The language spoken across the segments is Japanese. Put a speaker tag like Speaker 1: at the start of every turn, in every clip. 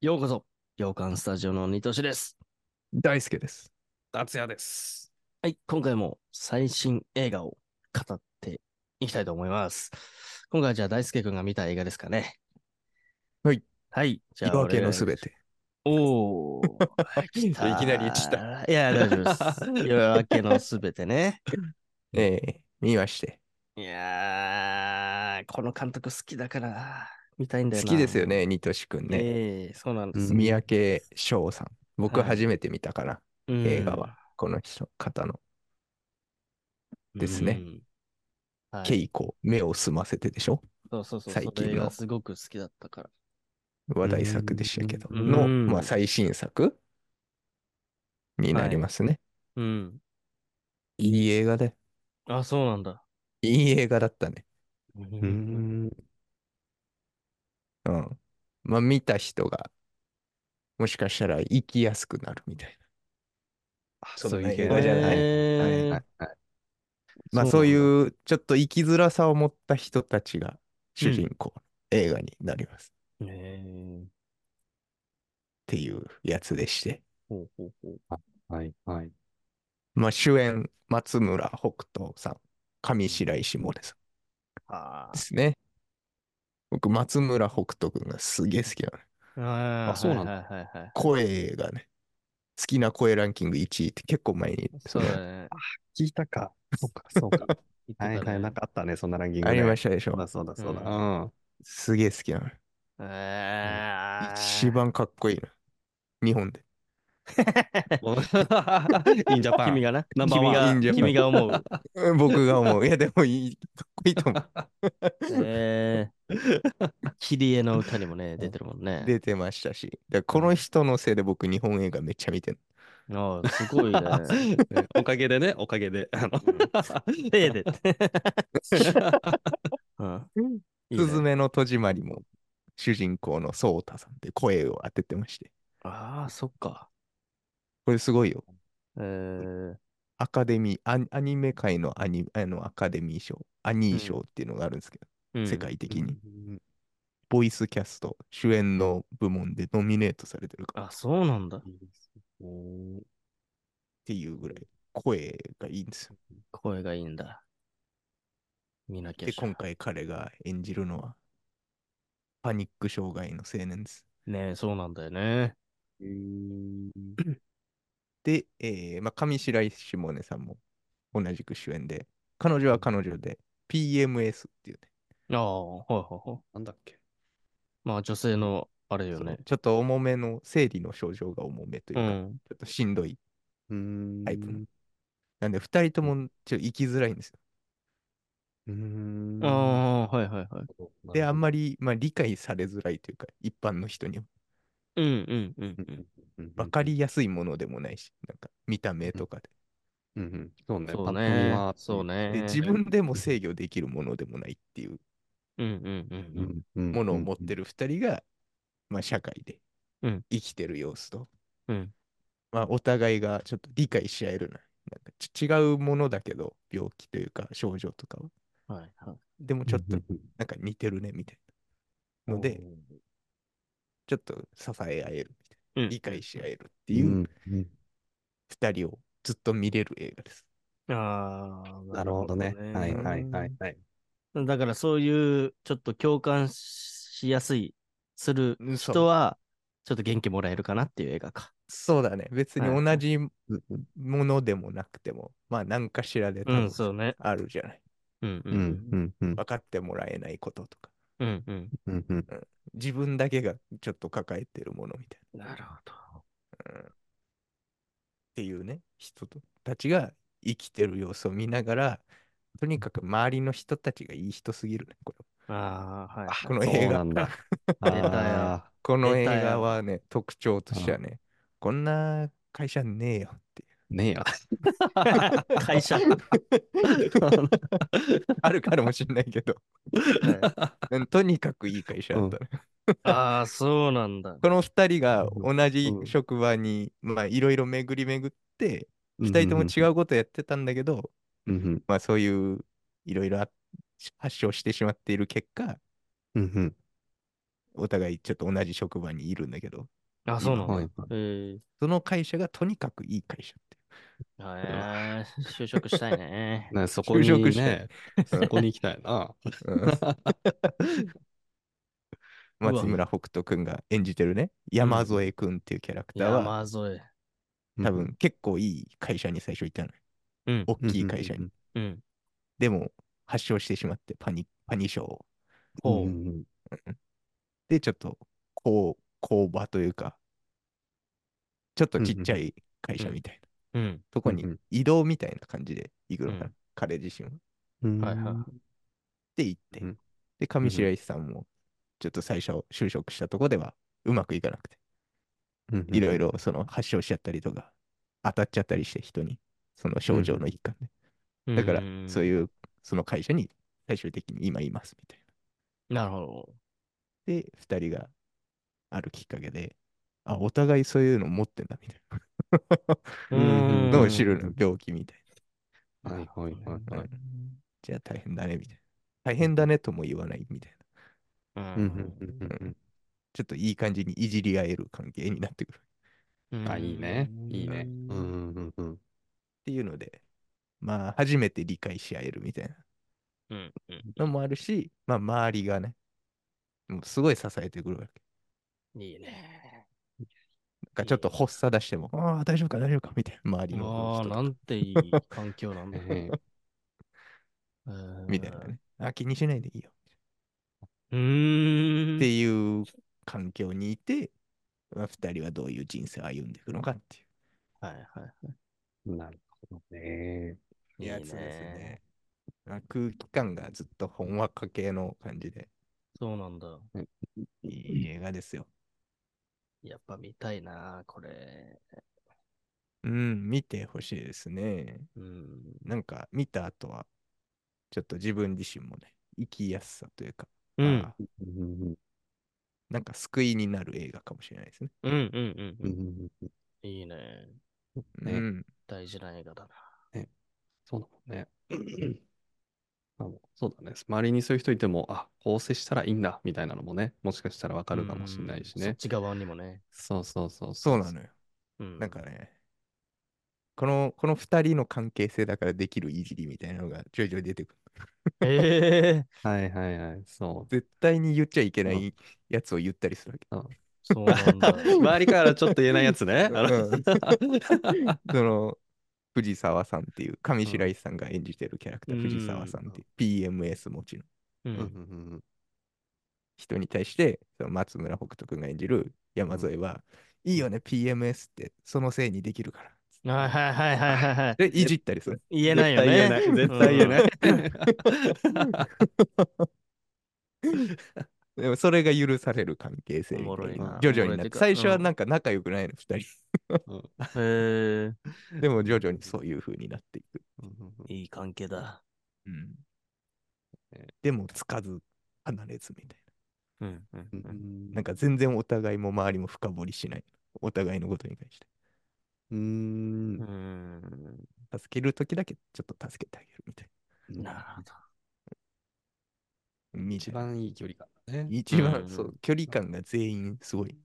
Speaker 1: ようこそ、洋館スタジオのニトシです。
Speaker 2: 大輔です。
Speaker 3: 達也です。
Speaker 1: はい、今回も最新映画を語っていきたいと思います。今回はじゃあ大輔くんが見た映画ですかね。
Speaker 2: はい。
Speaker 1: はい、じゃあ
Speaker 2: 夜明けのす
Speaker 1: べ
Speaker 2: べて。
Speaker 1: おー来たー
Speaker 3: いきなり来
Speaker 1: いや、大丈夫 です。夜明けのすべてね。
Speaker 2: ええ見まして。
Speaker 1: いやー、この監督好きだからな、見たいんだ
Speaker 2: 好
Speaker 1: よな。
Speaker 2: きですよ。ね、ニトシ君ね。
Speaker 1: ええそうなんです。
Speaker 2: 三宅翔さん。僕
Speaker 1: はい
Speaker 2: 初めて見たかな、
Speaker 1: うん
Speaker 2: 映画は。この人、方のですね。
Speaker 1: うんはい
Speaker 2: 稽古、目を澄ませてでしょ
Speaker 1: そうそうそう。
Speaker 2: 最
Speaker 1: それ
Speaker 2: 近の
Speaker 1: がすごく好きだったから。
Speaker 2: 話題作でしたけど、
Speaker 1: うん
Speaker 2: の、
Speaker 1: うん
Speaker 2: まあ、最新作になりますね、
Speaker 1: うん。
Speaker 2: い。い映画で。
Speaker 1: あ、そうなんだ。
Speaker 2: いい映画だったね。
Speaker 1: う
Speaker 2: う。 ん。うん。まあ、見た人が、もしかしたら生きやすくなるみたいそんな映画じゃないな。はいはいはい。まあそうい
Speaker 1: うん
Speaker 2: うちょっと生きづらさを持った人たちが主人公の映画になります
Speaker 1: へー。え
Speaker 2: っていうやつでして、
Speaker 1: ほうほうほう。
Speaker 3: はい、はい。
Speaker 2: まあ主演松村北斗さん、上白石萌音さん
Speaker 1: あ
Speaker 2: ですね。僕松村北斗くんがすげえ好きなの。
Speaker 1: あ
Speaker 3: あそうなんだ
Speaker 1: はいはいはいはい。
Speaker 2: 声がね、好きな声ランキング1位って結構前に言ってた
Speaker 1: そう
Speaker 2: ね
Speaker 1: だね。
Speaker 3: 聞いたか。そうか、そうか。
Speaker 1: 言ってた
Speaker 3: は
Speaker 1: ね
Speaker 3: い、はい、なんかあったね、そんなランキング、
Speaker 2: ありま
Speaker 3: し
Speaker 2: したでしょ
Speaker 3: そう。だ、そうだ、そうだ。
Speaker 1: う
Speaker 3: うん。
Speaker 2: すげえ好きなの。
Speaker 1: えー
Speaker 2: 一。番かっこいいな。日本 で。
Speaker 3: インジャパン
Speaker 1: 君がな。ナンバー
Speaker 2: 君が
Speaker 1: ワ
Speaker 2: いいん
Speaker 1: ン
Speaker 2: じゃん
Speaker 1: 君が思う。
Speaker 2: うん僕が思う。いやでもいい、かっこいいと思う。
Speaker 1: えー。キリエの歌にもね、出てるもんね。
Speaker 2: 出てましたし、だからこの人のせいで僕、日本映画めっちゃ見てる。
Speaker 1: ああ、すご いね。
Speaker 3: ねおかげでね、おかげで。あの
Speaker 1: せいで。 うんいいね
Speaker 2: すずめの戸締まりも、主人公のソータさんで声を当ててまして。
Speaker 1: ああ、そっか。
Speaker 2: これすごいよ。
Speaker 1: えー。
Speaker 2: アカデミー、アニアニメ界のアニあのアカデミー賞、アニー賞っていうのがあるんですけ
Speaker 1: う
Speaker 2: ど、
Speaker 1: ん
Speaker 2: 世界的に、
Speaker 3: うん
Speaker 2: ボイスキャスト、主演の部門でノミネートされてるからっ
Speaker 1: あ、そうなんだ。
Speaker 3: いいですね
Speaker 2: ていうぐらい、声がいいんですよ。
Speaker 1: 声がいいんだ。見なきゃ
Speaker 2: で、
Speaker 1: しゃ
Speaker 2: 今回彼が演じるのは、パニック障害の青年です。
Speaker 1: ねえ、そうなんだよね。
Speaker 3: うん
Speaker 2: で、えーまあ、上白石萌音さんも同じく主演で、彼女は彼女で PMS っていうね、
Speaker 1: ああ、はいはいはい。
Speaker 3: なんだっけ
Speaker 1: まあ女性のあれよね
Speaker 2: その。ちょっと重めの、生理の症状が重めとい
Speaker 1: う
Speaker 2: うか、ち
Speaker 1: ん。
Speaker 2: ょっとしんどい。
Speaker 3: うん
Speaker 2: タイプのなんで、二人ともちょっと生きづらいんですよ。
Speaker 3: うん
Speaker 1: ああ、はいはいはい。
Speaker 2: で、あん
Speaker 3: ま
Speaker 2: まり、まあ、理解されづらいというか、一般の人には
Speaker 1: うんうんうんうん。
Speaker 2: 分かりやすいものでもないし、なんか見た目とかで。
Speaker 3: うんうん、そうね。
Speaker 1: そ
Speaker 3: パ
Speaker 1: う
Speaker 3: ッと見
Speaker 1: ね
Speaker 3: は。
Speaker 1: そう。ね。
Speaker 2: で、自分でも制御できるものでもないっていう
Speaker 1: うんうんうん
Speaker 3: う
Speaker 1: うん
Speaker 3: んうん
Speaker 2: ものを持ってる二人が、まあ、社会で
Speaker 1: うん
Speaker 2: 生きてる様子と、
Speaker 1: うん
Speaker 2: まあ、お互いがちょっと理解し合えるな。なんかち違うものだけど、病気というか症状とかは。
Speaker 1: はいはい。
Speaker 2: でもちょっとなんか似てるねみたいな。ので、ちょっと支え合えるみたい
Speaker 1: うん
Speaker 2: な。理解し合えるって
Speaker 3: て
Speaker 2: いう二人をずっと見れる映画です。
Speaker 1: ああ、
Speaker 3: なるほどね。はい
Speaker 1: ね
Speaker 3: はいはいはい。
Speaker 1: だからそういうちょっと共感しやすい、する
Speaker 2: うんそう
Speaker 1: 人は、ちょっと元気もらえるかなっていう映画か。
Speaker 2: そうだね。別に
Speaker 1: はい
Speaker 2: 同じものでもなくても、まあ何かしらで多
Speaker 1: う
Speaker 2: 分
Speaker 1: ん、そうね。
Speaker 2: あるじゃない。
Speaker 1: うんう
Speaker 3: うんんうんうん
Speaker 2: 分かってもらえないこととか。
Speaker 1: うんうん。
Speaker 3: うんうん。
Speaker 2: 自分だけがちょっと抱えてるものみたいな。
Speaker 1: なるほど。
Speaker 2: っていうね人たちが生きてる様子を見ながらとにかく周りの人たちがいい人すぎるねこれ
Speaker 1: ああ、はい。
Speaker 2: この
Speaker 3: そう
Speaker 2: 映
Speaker 3: な
Speaker 2: 画
Speaker 3: んだ。
Speaker 1: たよ
Speaker 3: あ
Speaker 2: この
Speaker 1: 出
Speaker 2: 映
Speaker 1: たよ
Speaker 2: 画はね特徴としてはねこんな会社ねえよってい
Speaker 3: ーねえや。
Speaker 1: 会 社。
Speaker 2: う あるかもしんないけどうんとにかくいい会社だったね、
Speaker 1: ああ、そうなんだ。
Speaker 2: この2人が
Speaker 3: う
Speaker 2: 同じ
Speaker 3: うん
Speaker 2: 職場にまあいろいろ巡り巡って2人とも違うことやってたんだけど、
Speaker 3: うんうん
Speaker 2: まあそういういろいろあ発症してしまっている結果
Speaker 3: うんうん
Speaker 2: お互いちょっと同じ職場にいるんだけど、
Speaker 1: あ、そうなんだ。
Speaker 3: はいはい
Speaker 1: え
Speaker 2: その会社がとにかくいい会社って
Speaker 1: ー、へー就職したいね
Speaker 3: 。ねそこに
Speaker 2: 就職して
Speaker 3: ね、そこに行きたい な。
Speaker 2: いううん松村北斗くんが演じてるね、山添くんっていうキャラクターは、
Speaker 1: 山添え。
Speaker 2: 多分結構いい会社に最初いたのよ。
Speaker 1: うん
Speaker 2: 大
Speaker 3: うん、
Speaker 2: きい会社に。
Speaker 3: に。
Speaker 1: うん。
Speaker 2: でも、発症してしまって、パニ、パニ症を。
Speaker 1: ほう。
Speaker 3: んん
Speaker 2: で、ちょっと、こう、工場というか、ちょっとちっちゃい会社みたいな、
Speaker 1: うん。
Speaker 2: とこ
Speaker 3: うんう
Speaker 2: に
Speaker 3: ん
Speaker 2: 移動みたいな感じで行くのかな、
Speaker 1: うん
Speaker 2: 彼自身は。
Speaker 3: うん
Speaker 1: はいはい
Speaker 2: で、行って。
Speaker 3: うん
Speaker 2: で、上白石さんも、ちょっと最初、就職したとこでは、うまくいかなくて、
Speaker 3: うんうん
Speaker 2: いろいろ、その、発症しちゃったりとか、当たっちゃったりして、人に、その症状の一環で。
Speaker 1: うん。
Speaker 2: だから、そう
Speaker 1: い
Speaker 2: いう、その会社に、最終的に今います、みたい
Speaker 1: う
Speaker 2: な。
Speaker 1: ん。なるほど。
Speaker 2: で、二人があるきっかけで、あ、お互いそういうの持ってんだみたい
Speaker 3: うん
Speaker 2: な。のを知るの、病気みたい
Speaker 3: はいはいはい
Speaker 2: な。
Speaker 3: はい。
Speaker 2: じゃあ大変だねみたいな。大変だねとも言わないみたいな。
Speaker 1: う
Speaker 3: うんんうんうんうん
Speaker 2: ちょっといい感じにいじり合える関係になってくる。 っ
Speaker 1: うん
Speaker 3: あ、いいね。いいね。う
Speaker 1: うん
Speaker 3: んうんうん
Speaker 2: ていうので、まあ、初めて理解し合えるみたい
Speaker 1: う
Speaker 2: な
Speaker 1: ん。
Speaker 2: のもあるし、まあ、周りがね、もうすごい支えてくるわけ。
Speaker 1: いいね。
Speaker 2: なんかちょっと発作出しても、ああ、大丈夫か、大丈夫かみたいな、周りの
Speaker 1: ああ、
Speaker 2: 人
Speaker 1: な
Speaker 2: とか
Speaker 1: んていい環境なん
Speaker 3: う
Speaker 1: だ。
Speaker 3: んえ
Speaker 2: みたいなね。あ、気にしないでいいよ。
Speaker 1: うーん。
Speaker 2: っていう環境にいて、まあ、2人はどういう人生を歩んでいくのかってい
Speaker 1: はいはい。
Speaker 3: えなるほどね。
Speaker 2: う
Speaker 1: いいね
Speaker 2: やつですね。まあ空気感がずっとほんわか系の感じで、
Speaker 1: そうなんだ。
Speaker 2: いい映画ですよ。
Speaker 1: やっぱ見たいな、これ。
Speaker 2: うん、見てほしいですね。
Speaker 1: うん。
Speaker 2: なんか見た後は、ちょっと自分自身もね、生きやすさというか、
Speaker 1: うん
Speaker 2: あ。
Speaker 3: うんうん
Speaker 2: なんか救いになる映画かもしれないですね。
Speaker 1: うんうん
Speaker 3: う
Speaker 1: うん。
Speaker 3: うんんうん
Speaker 1: いいね。
Speaker 3: ね
Speaker 2: うん、
Speaker 1: 大事な映画だな。
Speaker 3: そうだもんね。 あのそうだね。周りにそういう人いても、あ、こう接したらいいんだ、みたいなのもね、もしかしたらわかるかもしれないし
Speaker 1: うんそっ
Speaker 3: ね。
Speaker 1: ち側にもね。
Speaker 3: そうそうそう。
Speaker 2: そうなのよ。
Speaker 1: うん。
Speaker 2: なんかね、この、この2人の関係性だからできるいじりみたいなのがちょいちょい出てくる。
Speaker 1: ええ
Speaker 3: はいはいはい。そう。
Speaker 2: 絶対に言っちゃいけな
Speaker 3: う
Speaker 2: いやつを言ったりするわけ。
Speaker 1: そうなん だ。
Speaker 3: 周りからちょっと言えないやつね。あの
Speaker 2: うんその藤沢さんっていう上白石さんが演じてるキャラクター、
Speaker 1: うん
Speaker 2: 藤沢さんっていう PMS 持ちの
Speaker 1: う
Speaker 3: うんう
Speaker 1: ん。
Speaker 3: んうん
Speaker 2: 人に対してその松村北斗くんが演じる山添は、いいよね PMS ってそのせいにできるから
Speaker 1: はいはいはいはいはいはい。
Speaker 2: でいじったりする
Speaker 1: 言えないよね。
Speaker 3: 絶対言えない。
Speaker 1: うん
Speaker 3: 絶対言えない。
Speaker 2: でもそれが許される関係性
Speaker 1: おもろいな
Speaker 2: 徐々になっ
Speaker 1: おもろいって
Speaker 2: て
Speaker 1: か
Speaker 2: 最初はなんか仲良くないの2人
Speaker 3: うん
Speaker 1: へ
Speaker 2: でも徐々にそういう風になっていく、
Speaker 3: うんうんうん
Speaker 1: えいい関係だ。
Speaker 2: うん
Speaker 3: ね
Speaker 2: でもつかず離れずみたい
Speaker 1: うんうん
Speaker 3: うんうん
Speaker 2: ななんか全然お互いも周りも深掘りしないお互いのことに関して
Speaker 3: うーん
Speaker 1: う。ん。
Speaker 2: 助けるときだけちょっと助けてあげるみたい
Speaker 1: なるほど。
Speaker 2: な。み
Speaker 3: 一
Speaker 2: たいな
Speaker 3: 番いい距離感だね。
Speaker 2: 一番、
Speaker 1: うん
Speaker 2: そう、距離感が全員すごい。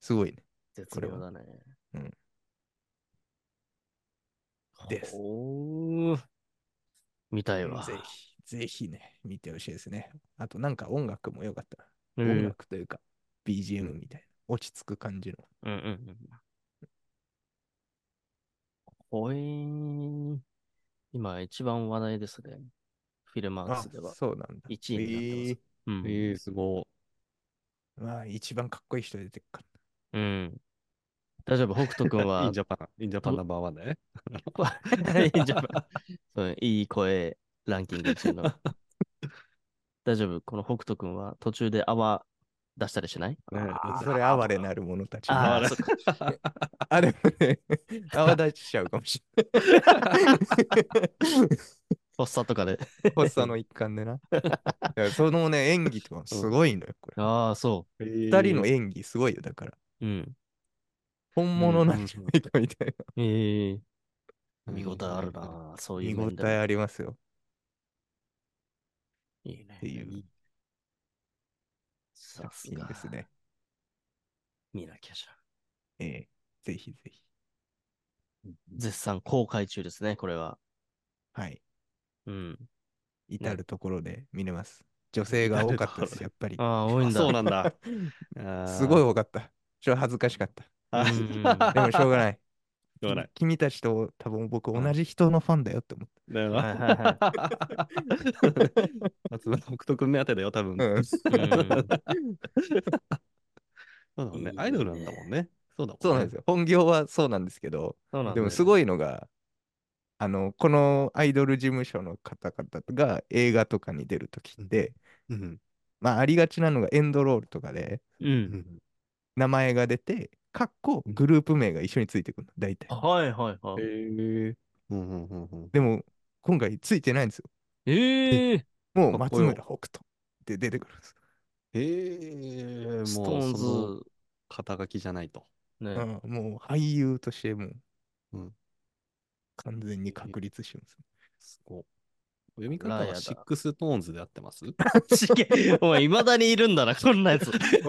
Speaker 2: すごいね。
Speaker 1: 絶
Speaker 2: これは
Speaker 1: 妙だね。
Speaker 2: うん。です
Speaker 1: おー。見たい
Speaker 2: うん
Speaker 1: わ。
Speaker 2: ぜひ、ぜひね、見てほしいですね。あとなんか音楽もよかった
Speaker 1: う
Speaker 2: な。
Speaker 1: ん
Speaker 2: 音
Speaker 1: うん
Speaker 2: 楽というか、BGM みたいな。落ち着く感じの。
Speaker 1: うんうん。ほいー。今一番話題ですね。フィルマークスでは。
Speaker 2: そうなんだ。
Speaker 1: 一位になってますうん。
Speaker 3: ええ、すごい。
Speaker 2: えーまあ、一番かっこいい人出てくから。
Speaker 1: うん。大丈夫、北斗くん
Speaker 3: イ
Speaker 1: は
Speaker 3: ンジ、ャパン、インジャパンナンバーワンだね。
Speaker 1: いいじゃんそういい声ランキング中 の。大丈夫、この北斗くんは途中で泡出したりしない
Speaker 3: ね
Speaker 2: あーそれ哀れなる者たちね。
Speaker 1: あ
Speaker 2: あ
Speaker 1: あ、そっか。
Speaker 2: れもね、泡立ちちゃうかもしれ ない。
Speaker 1: 発作とかで。
Speaker 2: 発作の一環でな。だからそのね、演技とかもすごいのよ、これ。
Speaker 1: ああ、そ
Speaker 3: 二
Speaker 2: 二人の演技すごいよ、だから。
Speaker 1: う。うん。
Speaker 2: 本物なん
Speaker 3: うん
Speaker 2: じゃないかみたい
Speaker 1: ええ見応えある。な、そ
Speaker 2: な。
Speaker 1: うい
Speaker 2: 見
Speaker 1: う
Speaker 2: 応
Speaker 1: 面で
Speaker 2: え
Speaker 1: も。
Speaker 2: ありますよ。
Speaker 1: いいね
Speaker 2: って。いう
Speaker 3: いい
Speaker 1: さす
Speaker 2: いい
Speaker 1: が
Speaker 2: ですね。
Speaker 1: 見なきゃじゃん。
Speaker 2: ええぜひぜひ。
Speaker 1: 絶賛公開中ですね、これは。
Speaker 2: はい。
Speaker 1: うん。
Speaker 2: 至るところで見れます。女性が多かったです、やっぱり。
Speaker 1: ああ、多いんだ。
Speaker 3: そうな んだ。あー
Speaker 2: すごい。多かった。ちょっと恥ずかしかった。
Speaker 3: あ
Speaker 1: うん
Speaker 2: で もしょうがない。
Speaker 3: しょうがない。
Speaker 2: 君たちと多分僕同じ人のファンだよって思っ
Speaker 3: だよ
Speaker 1: はい
Speaker 3: な。
Speaker 1: はいは
Speaker 3: 松村北斗くん目当てだよ、多分。
Speaker 2: た。うん、
Speaker 1: い。うん
Speaker 3: そうだもんね
Speaker 1: いい。ね
Speaker 3: アイドルなんだもんね。そうだもんね。
Speaker 2: そうなんです
Speaker 3: よ。
Speaker 2: よ。本業はそうなんですけど、
Speaker 1: そうなん
Speaker 2: でもす
Speaker 1: い。
Speaker 2: ごいのが、あの、このアイドル事務所の方々が映画とかに出るときって、
Speaker 3: うん。
Speaker 2: まあありがちなのがエンドロールとかで
Speaker 1: う。
Speaker 3: うんん
Speaker 2: 名前が出て、かっこグループ名が一緒についてくるの、大体。
Speaker 1: はいはいは
Speaker 3: へ
Speaker 1: い。
Speaker 3: え。うんうんうんうん。
Speaker 2: でも今回ついてないんですよ。
Speaker 1: ええ
Speaker 2: もう
Speaker 3: かっ
Speaker 2: 松
Speaker 3: こよ
Speaker 2: 村北斗って出てくるんです。
Speaker 3: へえ。
Speaker 1: スト
Speaker 3: も
Speaker 1: ー
Speaker 3: う、
Speaker 1: ンズ
Speaker 3: その、肩書きじゃないと。
Speaker 1: ね、
Speaker 2: うん、もう俳優としてもう、
Speaker 3: うん
Speaker 2: 完全に確立してます。
Speaker 3: すごい。読み方
Speaker 1: ラーヤ
Speaker 3: は
Speaker 1: だ
Speaker 3: シックストーンズで合ってます
Speaker 1: ちげえお前、いまだにいるんだな、こんなやつ。おいちょっと、フ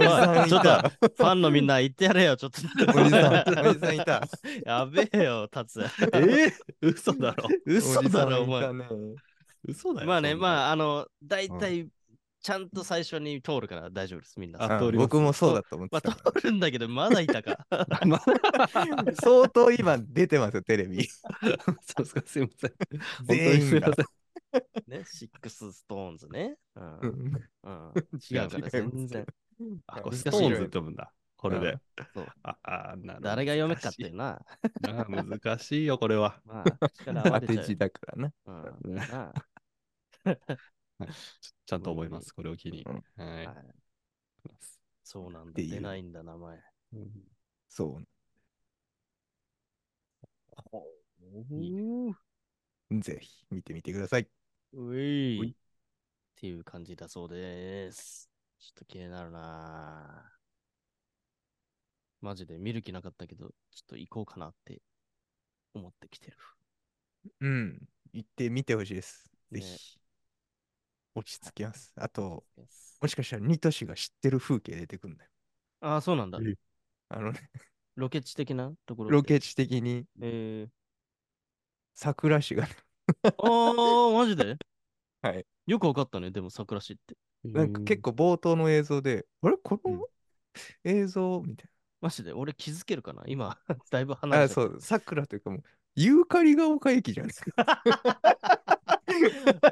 Speaker 1: ァンのみんな言ってやれよ、ちょっと。
Speaker 2: おじさん、おじさんいた。
Speaker 1: やべえよ、達也。
Speaker 3: ええ 嘘だろ。
Speaker 1: 嘘だろ、お
Speaker 2: じ
Speaker 1: 前。
Speaker 2: さんいたね
Speaker 3: 嘘だよ。
Speaker 1: まあね、
Speaker 3: あ。
Speaker 1: まあ、あの、大体、ちゃんと最初に通るから大丈夫です、みんな。
Speaker 3: あ
Speaker 1: ま
Speaker 3: 通ります
Speaker 2: 僕もそうだと思って
Speaker 1: あ、
Speaker 2: た
Speaker 1: 通
Speaker 2: から。
Speaker 1: るんだけど、まだいた か。
Speaker 3: まあ、
Speaker 2: 相当今出てますよ、テレビ。
Speaker 3: そうですか、すいません。
Speaker 2: 全員が
Speaker 3: 本当にすいません。
Speaker 1: ね、シックスストーンズね。うん。
Speaker 2: う
Speaker 1: うん
Speaker 2: ん
Speaker 1: 違うから、
Speaker 2: 違います
Speaker 1: 全然。
Speaker 3: あ、
Speaker 2: 難
Speaker 3: これ
Speaker 2: しい
Speaker 3: ストーンズって読むんだ。これ
Speaker 2: う
Speaker 3: で
Speaker 2: ん。
Speaker 1: そう
Speaker 3: あ、あ、なるほど
Speaker 1: 誰が読めっかっていうな。
Speaker 3: あー難しいよ、これは。
Speaker 1: まあ、力は 出
Speaker 2: 当
Speaker 1: ち
Speaker 2: て
Speaker 1: ゃう
Speaker 2: 字だからな。
Speaker 1: よ。
Speaker 3: うん
Speaker 1: うん。まあ
Speaker 3: ちちゃんと覚えます、これを機に。はい
Speaker 1: はい。そうなんだ。
Speaker 2: ていう
Speaker 1: 出ないんだ、名前。
Speaker 2: そ
Speaker 1: いいね
Speaker 2: う。ぜひ見てみてください。
Speaker 1: う
Speaker 3: う
Speaker 1: い
Speaker 3: い
Speaker 1: っていう感じだそうです。ちょっと気になるなぁマジで見る気なかったけど、ちょっと行こうかなって思ってきてる。
Speaker 2: うん。行ってみてほしいです。ぜ
Speaker 1: ね
Speaker 2: ひ。落ち着きます。あと、
Speaker 1: Yes
Speaker 2: もしかしたらニトシが知ってる風景出てくるんだよ。
Speaker 1: ああ、そうなんだ。
Speaker 3: え
Speaker 2: あのね、
Speaker 1: ロケ地的なところ。
Speaker 2: ロケ。地的に
Speaker 1: え
Speaker 2: 桜市がね、
Speaker 1: ー、ああ、マジで
Speaker 2: はい。
Speaker 1: よくわかったね、でも桜市って。
Speaker 2: なんか結構冒頭の映像で、あれこ
Speaker 3: うん
Speaker 2: の映像みたい
Speaker 1: マジで俺気づけるかな今、 だいぶ
Speaker 2: な。
Speaker 1: 離
Speaker 2: あ、
Speaker 1: れて
Speaker 2: そう、桜というかもう、ユーカリが丘駅じゃないですか。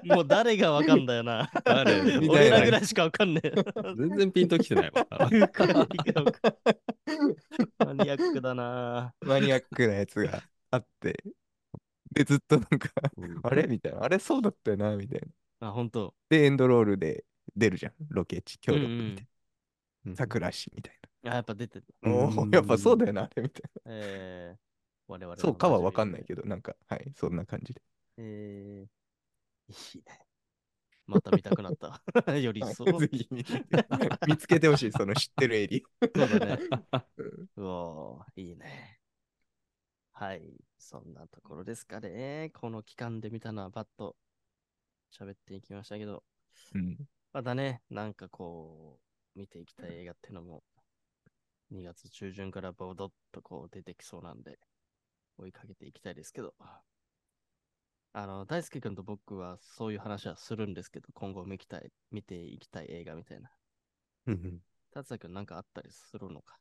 Speaker 1: もう誰がわかんだよ な。
Speaker 3: 誰
Speaker 2: みたい
Speaker 1: 俺
Speaker 2: な
Speaker 1: らぐらいしかわかんねえ。
Speaker 3: 全然ピンときてないわ。
Speaker 1: ゆっくり行こう マニアックだな
Speaker 2: マニアックなやつがあって、で、ずっとなんか、 あれみたいな、あれそうだったよな、みたいな。
Speaker 1: あ、本当。
Speaker 2: で、エンドロールで出るじゃん、ロケ地、協力みた
Speaker 1: う
Speaker 2: い
Speaker 1: んう
Speaker 2: な。
Speaker 1: ん
Speaker 3: うん
Speaker 2: 桜市みたい
Speaker 1: あ、やっぱ出てる。
Speaker 2: な。
Speaker 3: うん
Speaker 2: おお、やっぱそうだよな、あれみたいな。
Speaker 1: えー、我々の
Speaker 2: そうかはわかんない
Speaker 1: ど。
Speaker 2: けど、なんか、はい、そんな感じで。
Speaker 1: えー、いいね。また見たくなった。 より
Speaker 2: はい
Speaker 1: 一層。
Speaker 2: ぜひ見て見つけてほしい、その知ってるエリ
Speaker 1: そう だね。
Speaker 3: あ
Speaker 1: うおーいいね。はい。そんなところですかね。この期間で見たのはパッと喋っていきましたけど、
Speaker 2: ア。うん
Speaker 1: まだね、なんかこう、見ていきたい映画ってのも、2月中旬からボドッとこう出てきそうなんで、追いかけていきたいですけど、あの、大輔君と僕はそういう話はするんですけど、今後見きたい見ていきたい映画みたいな。
Speaker 3: うん
Speaker 1: 達也君なんかあったりするのか。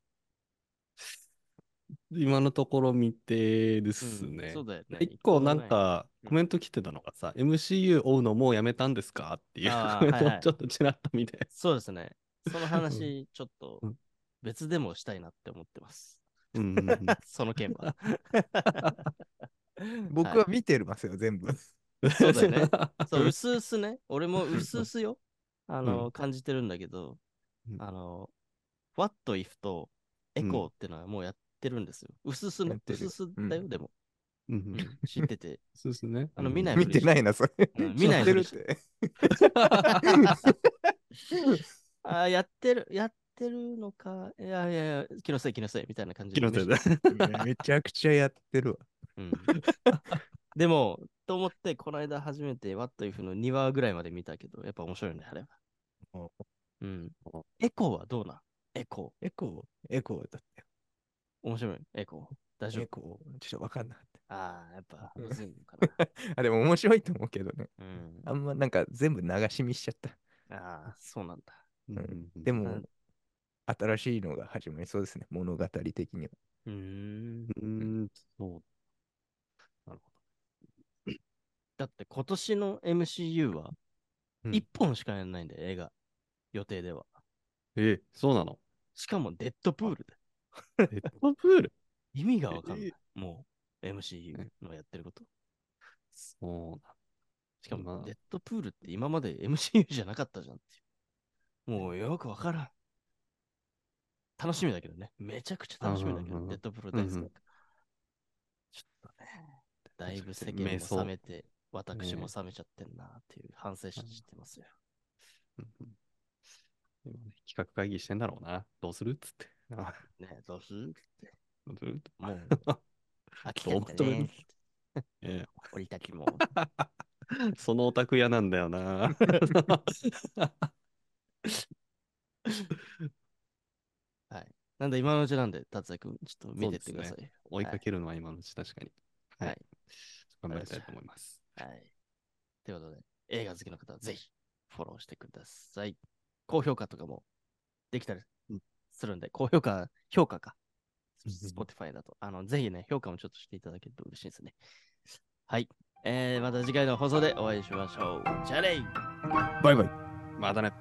Speaker 3: 今のところ見てです
Speaker 1: う
Speaker 3: ね
Speaker 1: んそ。うだよね。
Speaker 3: 一個なん
Speaker 1: い
Speaker 3: か
Speaker 1: うん
Speaker 3: コメント来てたのがさ、MCU 追うのもうやめたんですかっていう
Speaker 1: あー
Speaker 3: コメント
Speaker 1: は
Speaker 3: を
Speaker 1: いはい
Speaker 3: ちょっとちらっと見て。
Speaker 1: そうですね。その話、ちょっと
Speaker 3: うん
Speaker 1: 別でもしたいなって思ってます。
Speaker 3: うん うんうん
Speaker 1: その件は。
Speaker 2: 僕は見てますよ、全部。
Speaker 1: そうだよね。そう、うすうすね。俺もうすうすよ。あの、
Speaker 3: う
Speaker 1: 感じてるんだけど
Speaker 3: う、ん
Speaker 1: あの、What if とエコーってのはもうやってるんですよ。うすうす
Speaker 2: や
Speaker 1: ね
Speaker 2: っ。て
Speaker 1: う
Speaker 2: る
Speaker 1: すうすだよ、
Speaker 2: うん
Speaker 1: でも。
Speaker 3: うんう
Speaker 1: うんん知ってて。
Speaker 3: そうですね。
Speaker 1: あの見ない
Speaker 2: 見てないな、それ。
Speaker 1: うん見ない
Speaker 2: 知ってるっ
Speaker 1: ふ
Speaker 2: て。
Speaker 1: ああ、やってる、やってるのか。いやいやいや、気のせい気のせいみたいな感じ
Speaker 3: 気のせいだ。
Speaker 2: めちゃくちゃやってるわ。
Speaker 1: うん、 でも、と思って、この間初めて What If の2話ぐらいまで見たけど、やっぱ面白いね、あれは。
Speaker 2: お
Speaker 1: うん。エコーはどうなんエコ
Speaker 2: エコー、エコーだっ
Speaker 1: ー。面白い。エコー。大
Speaker 2: て。
Speaker 1: 丈
Speaker 2: エ
Speaker 1: 夫。
Speaker 2: コー、ちょっとわかんなかっ
Speaker 1: ああ、やっぱ、
Speaker 2: うん
Speaker 1: むずいのか な。
Speaker 2: た。あ、でも面白いと思うけどね。
Speaker 1: うん。
Speaker 2: あんまなんか全部流し見しちゃった。
Speaker 1: ああ、そうなんだ。
Speaker 3: うんうんうん
Speaker 2: で
Speaker 1: う
Speaker 2: も
Speaker 1: ん、
Speaker 2: 新しいのが始まりそうですね。物語的には。
Speaker 1: うーん。
Speaker 3: うーん、そう。なるほ
Speaker 1: だって今年の MCU は、
Speaker 2: うん
Speaker 1: 1本しかやんないんだよ、映画。予定では。
Speaker 3: ど。えー、そうなの
Speaker 1: しかも、デッドプールで。
Speaker 3: デッドプール
Speaker 1: 意味がわかんな
Speaker 3: え
Speaker 1: い。もう、MCU
Speaker 3: ね
Speaker 1: のやってること。
Speaker 3: そうな
Speaker 1: しか
Speaker 3: ま
Speaker 1: も、
Speaker 3: あ
Speaker 1: デッドプールって今まで MCU じゃなかったじゃんっていう。もうよくわからん。楽しみだけどね。めちゃくちゃ楽しみだけ
Speaker 3: うん
Speaker 1: ど、
Speaker 3: うんうん
Speaker 1: デッドプール大好きだ
Speaker 3: うんう
Speaker 1: から
Speaker 3: ん
Speaker 1: ちょっとね、だいぶ世
Speaker 3: 確か
Speaker 1: 間
Speaker 3: に
Speaker 1: も
Speaker 3: 瞑想
Speaker 1: 冷めて、私
Speaker 3: ね
Speaker 1: も冷めちゃってんなっていう反省してますよ。
Speaker 3: うんうん今ね企画会議してんだろうな。どうするっつって。あ
Speaker 1: ねどうするって。
Speaker 3: どうするって
Speaker 1: もう、飽きち
Speaker 3: ど
Speaker 1: ゃ
Speaker 3: う
Speaker 1: っ
Speaker 3: も
Speaker 1: た
Speaker 3: 止め
Speaker 1: ね
Speaker 3: る。え
Speaker 1: 俺たちも。
Speaker 3: えそのオタク嫌なんだよな。
Speaker 1: なんで今のうちなんで、達也君、ちょっと見てってくださ
Speaker 3: そう
Speaker 1: い。
Speaker 3: 追いかけるのは今のうち確かに。
Speaker 1: はい。
Speaker 3: 頑張りたいと思います。
Speaker 1: はい。ということで、映画好きの方はぜひフォローしてください。高評価とかもできたりするんで、高評価、評価か。Spotify だと。あの、ぜひね、評価もちょっとしていただけると嬉しいですね。はい。えー、また次回の放送でお会いしましょう。じゃあねー
Speaker 2: バイバイ。
Speaker 3: またね。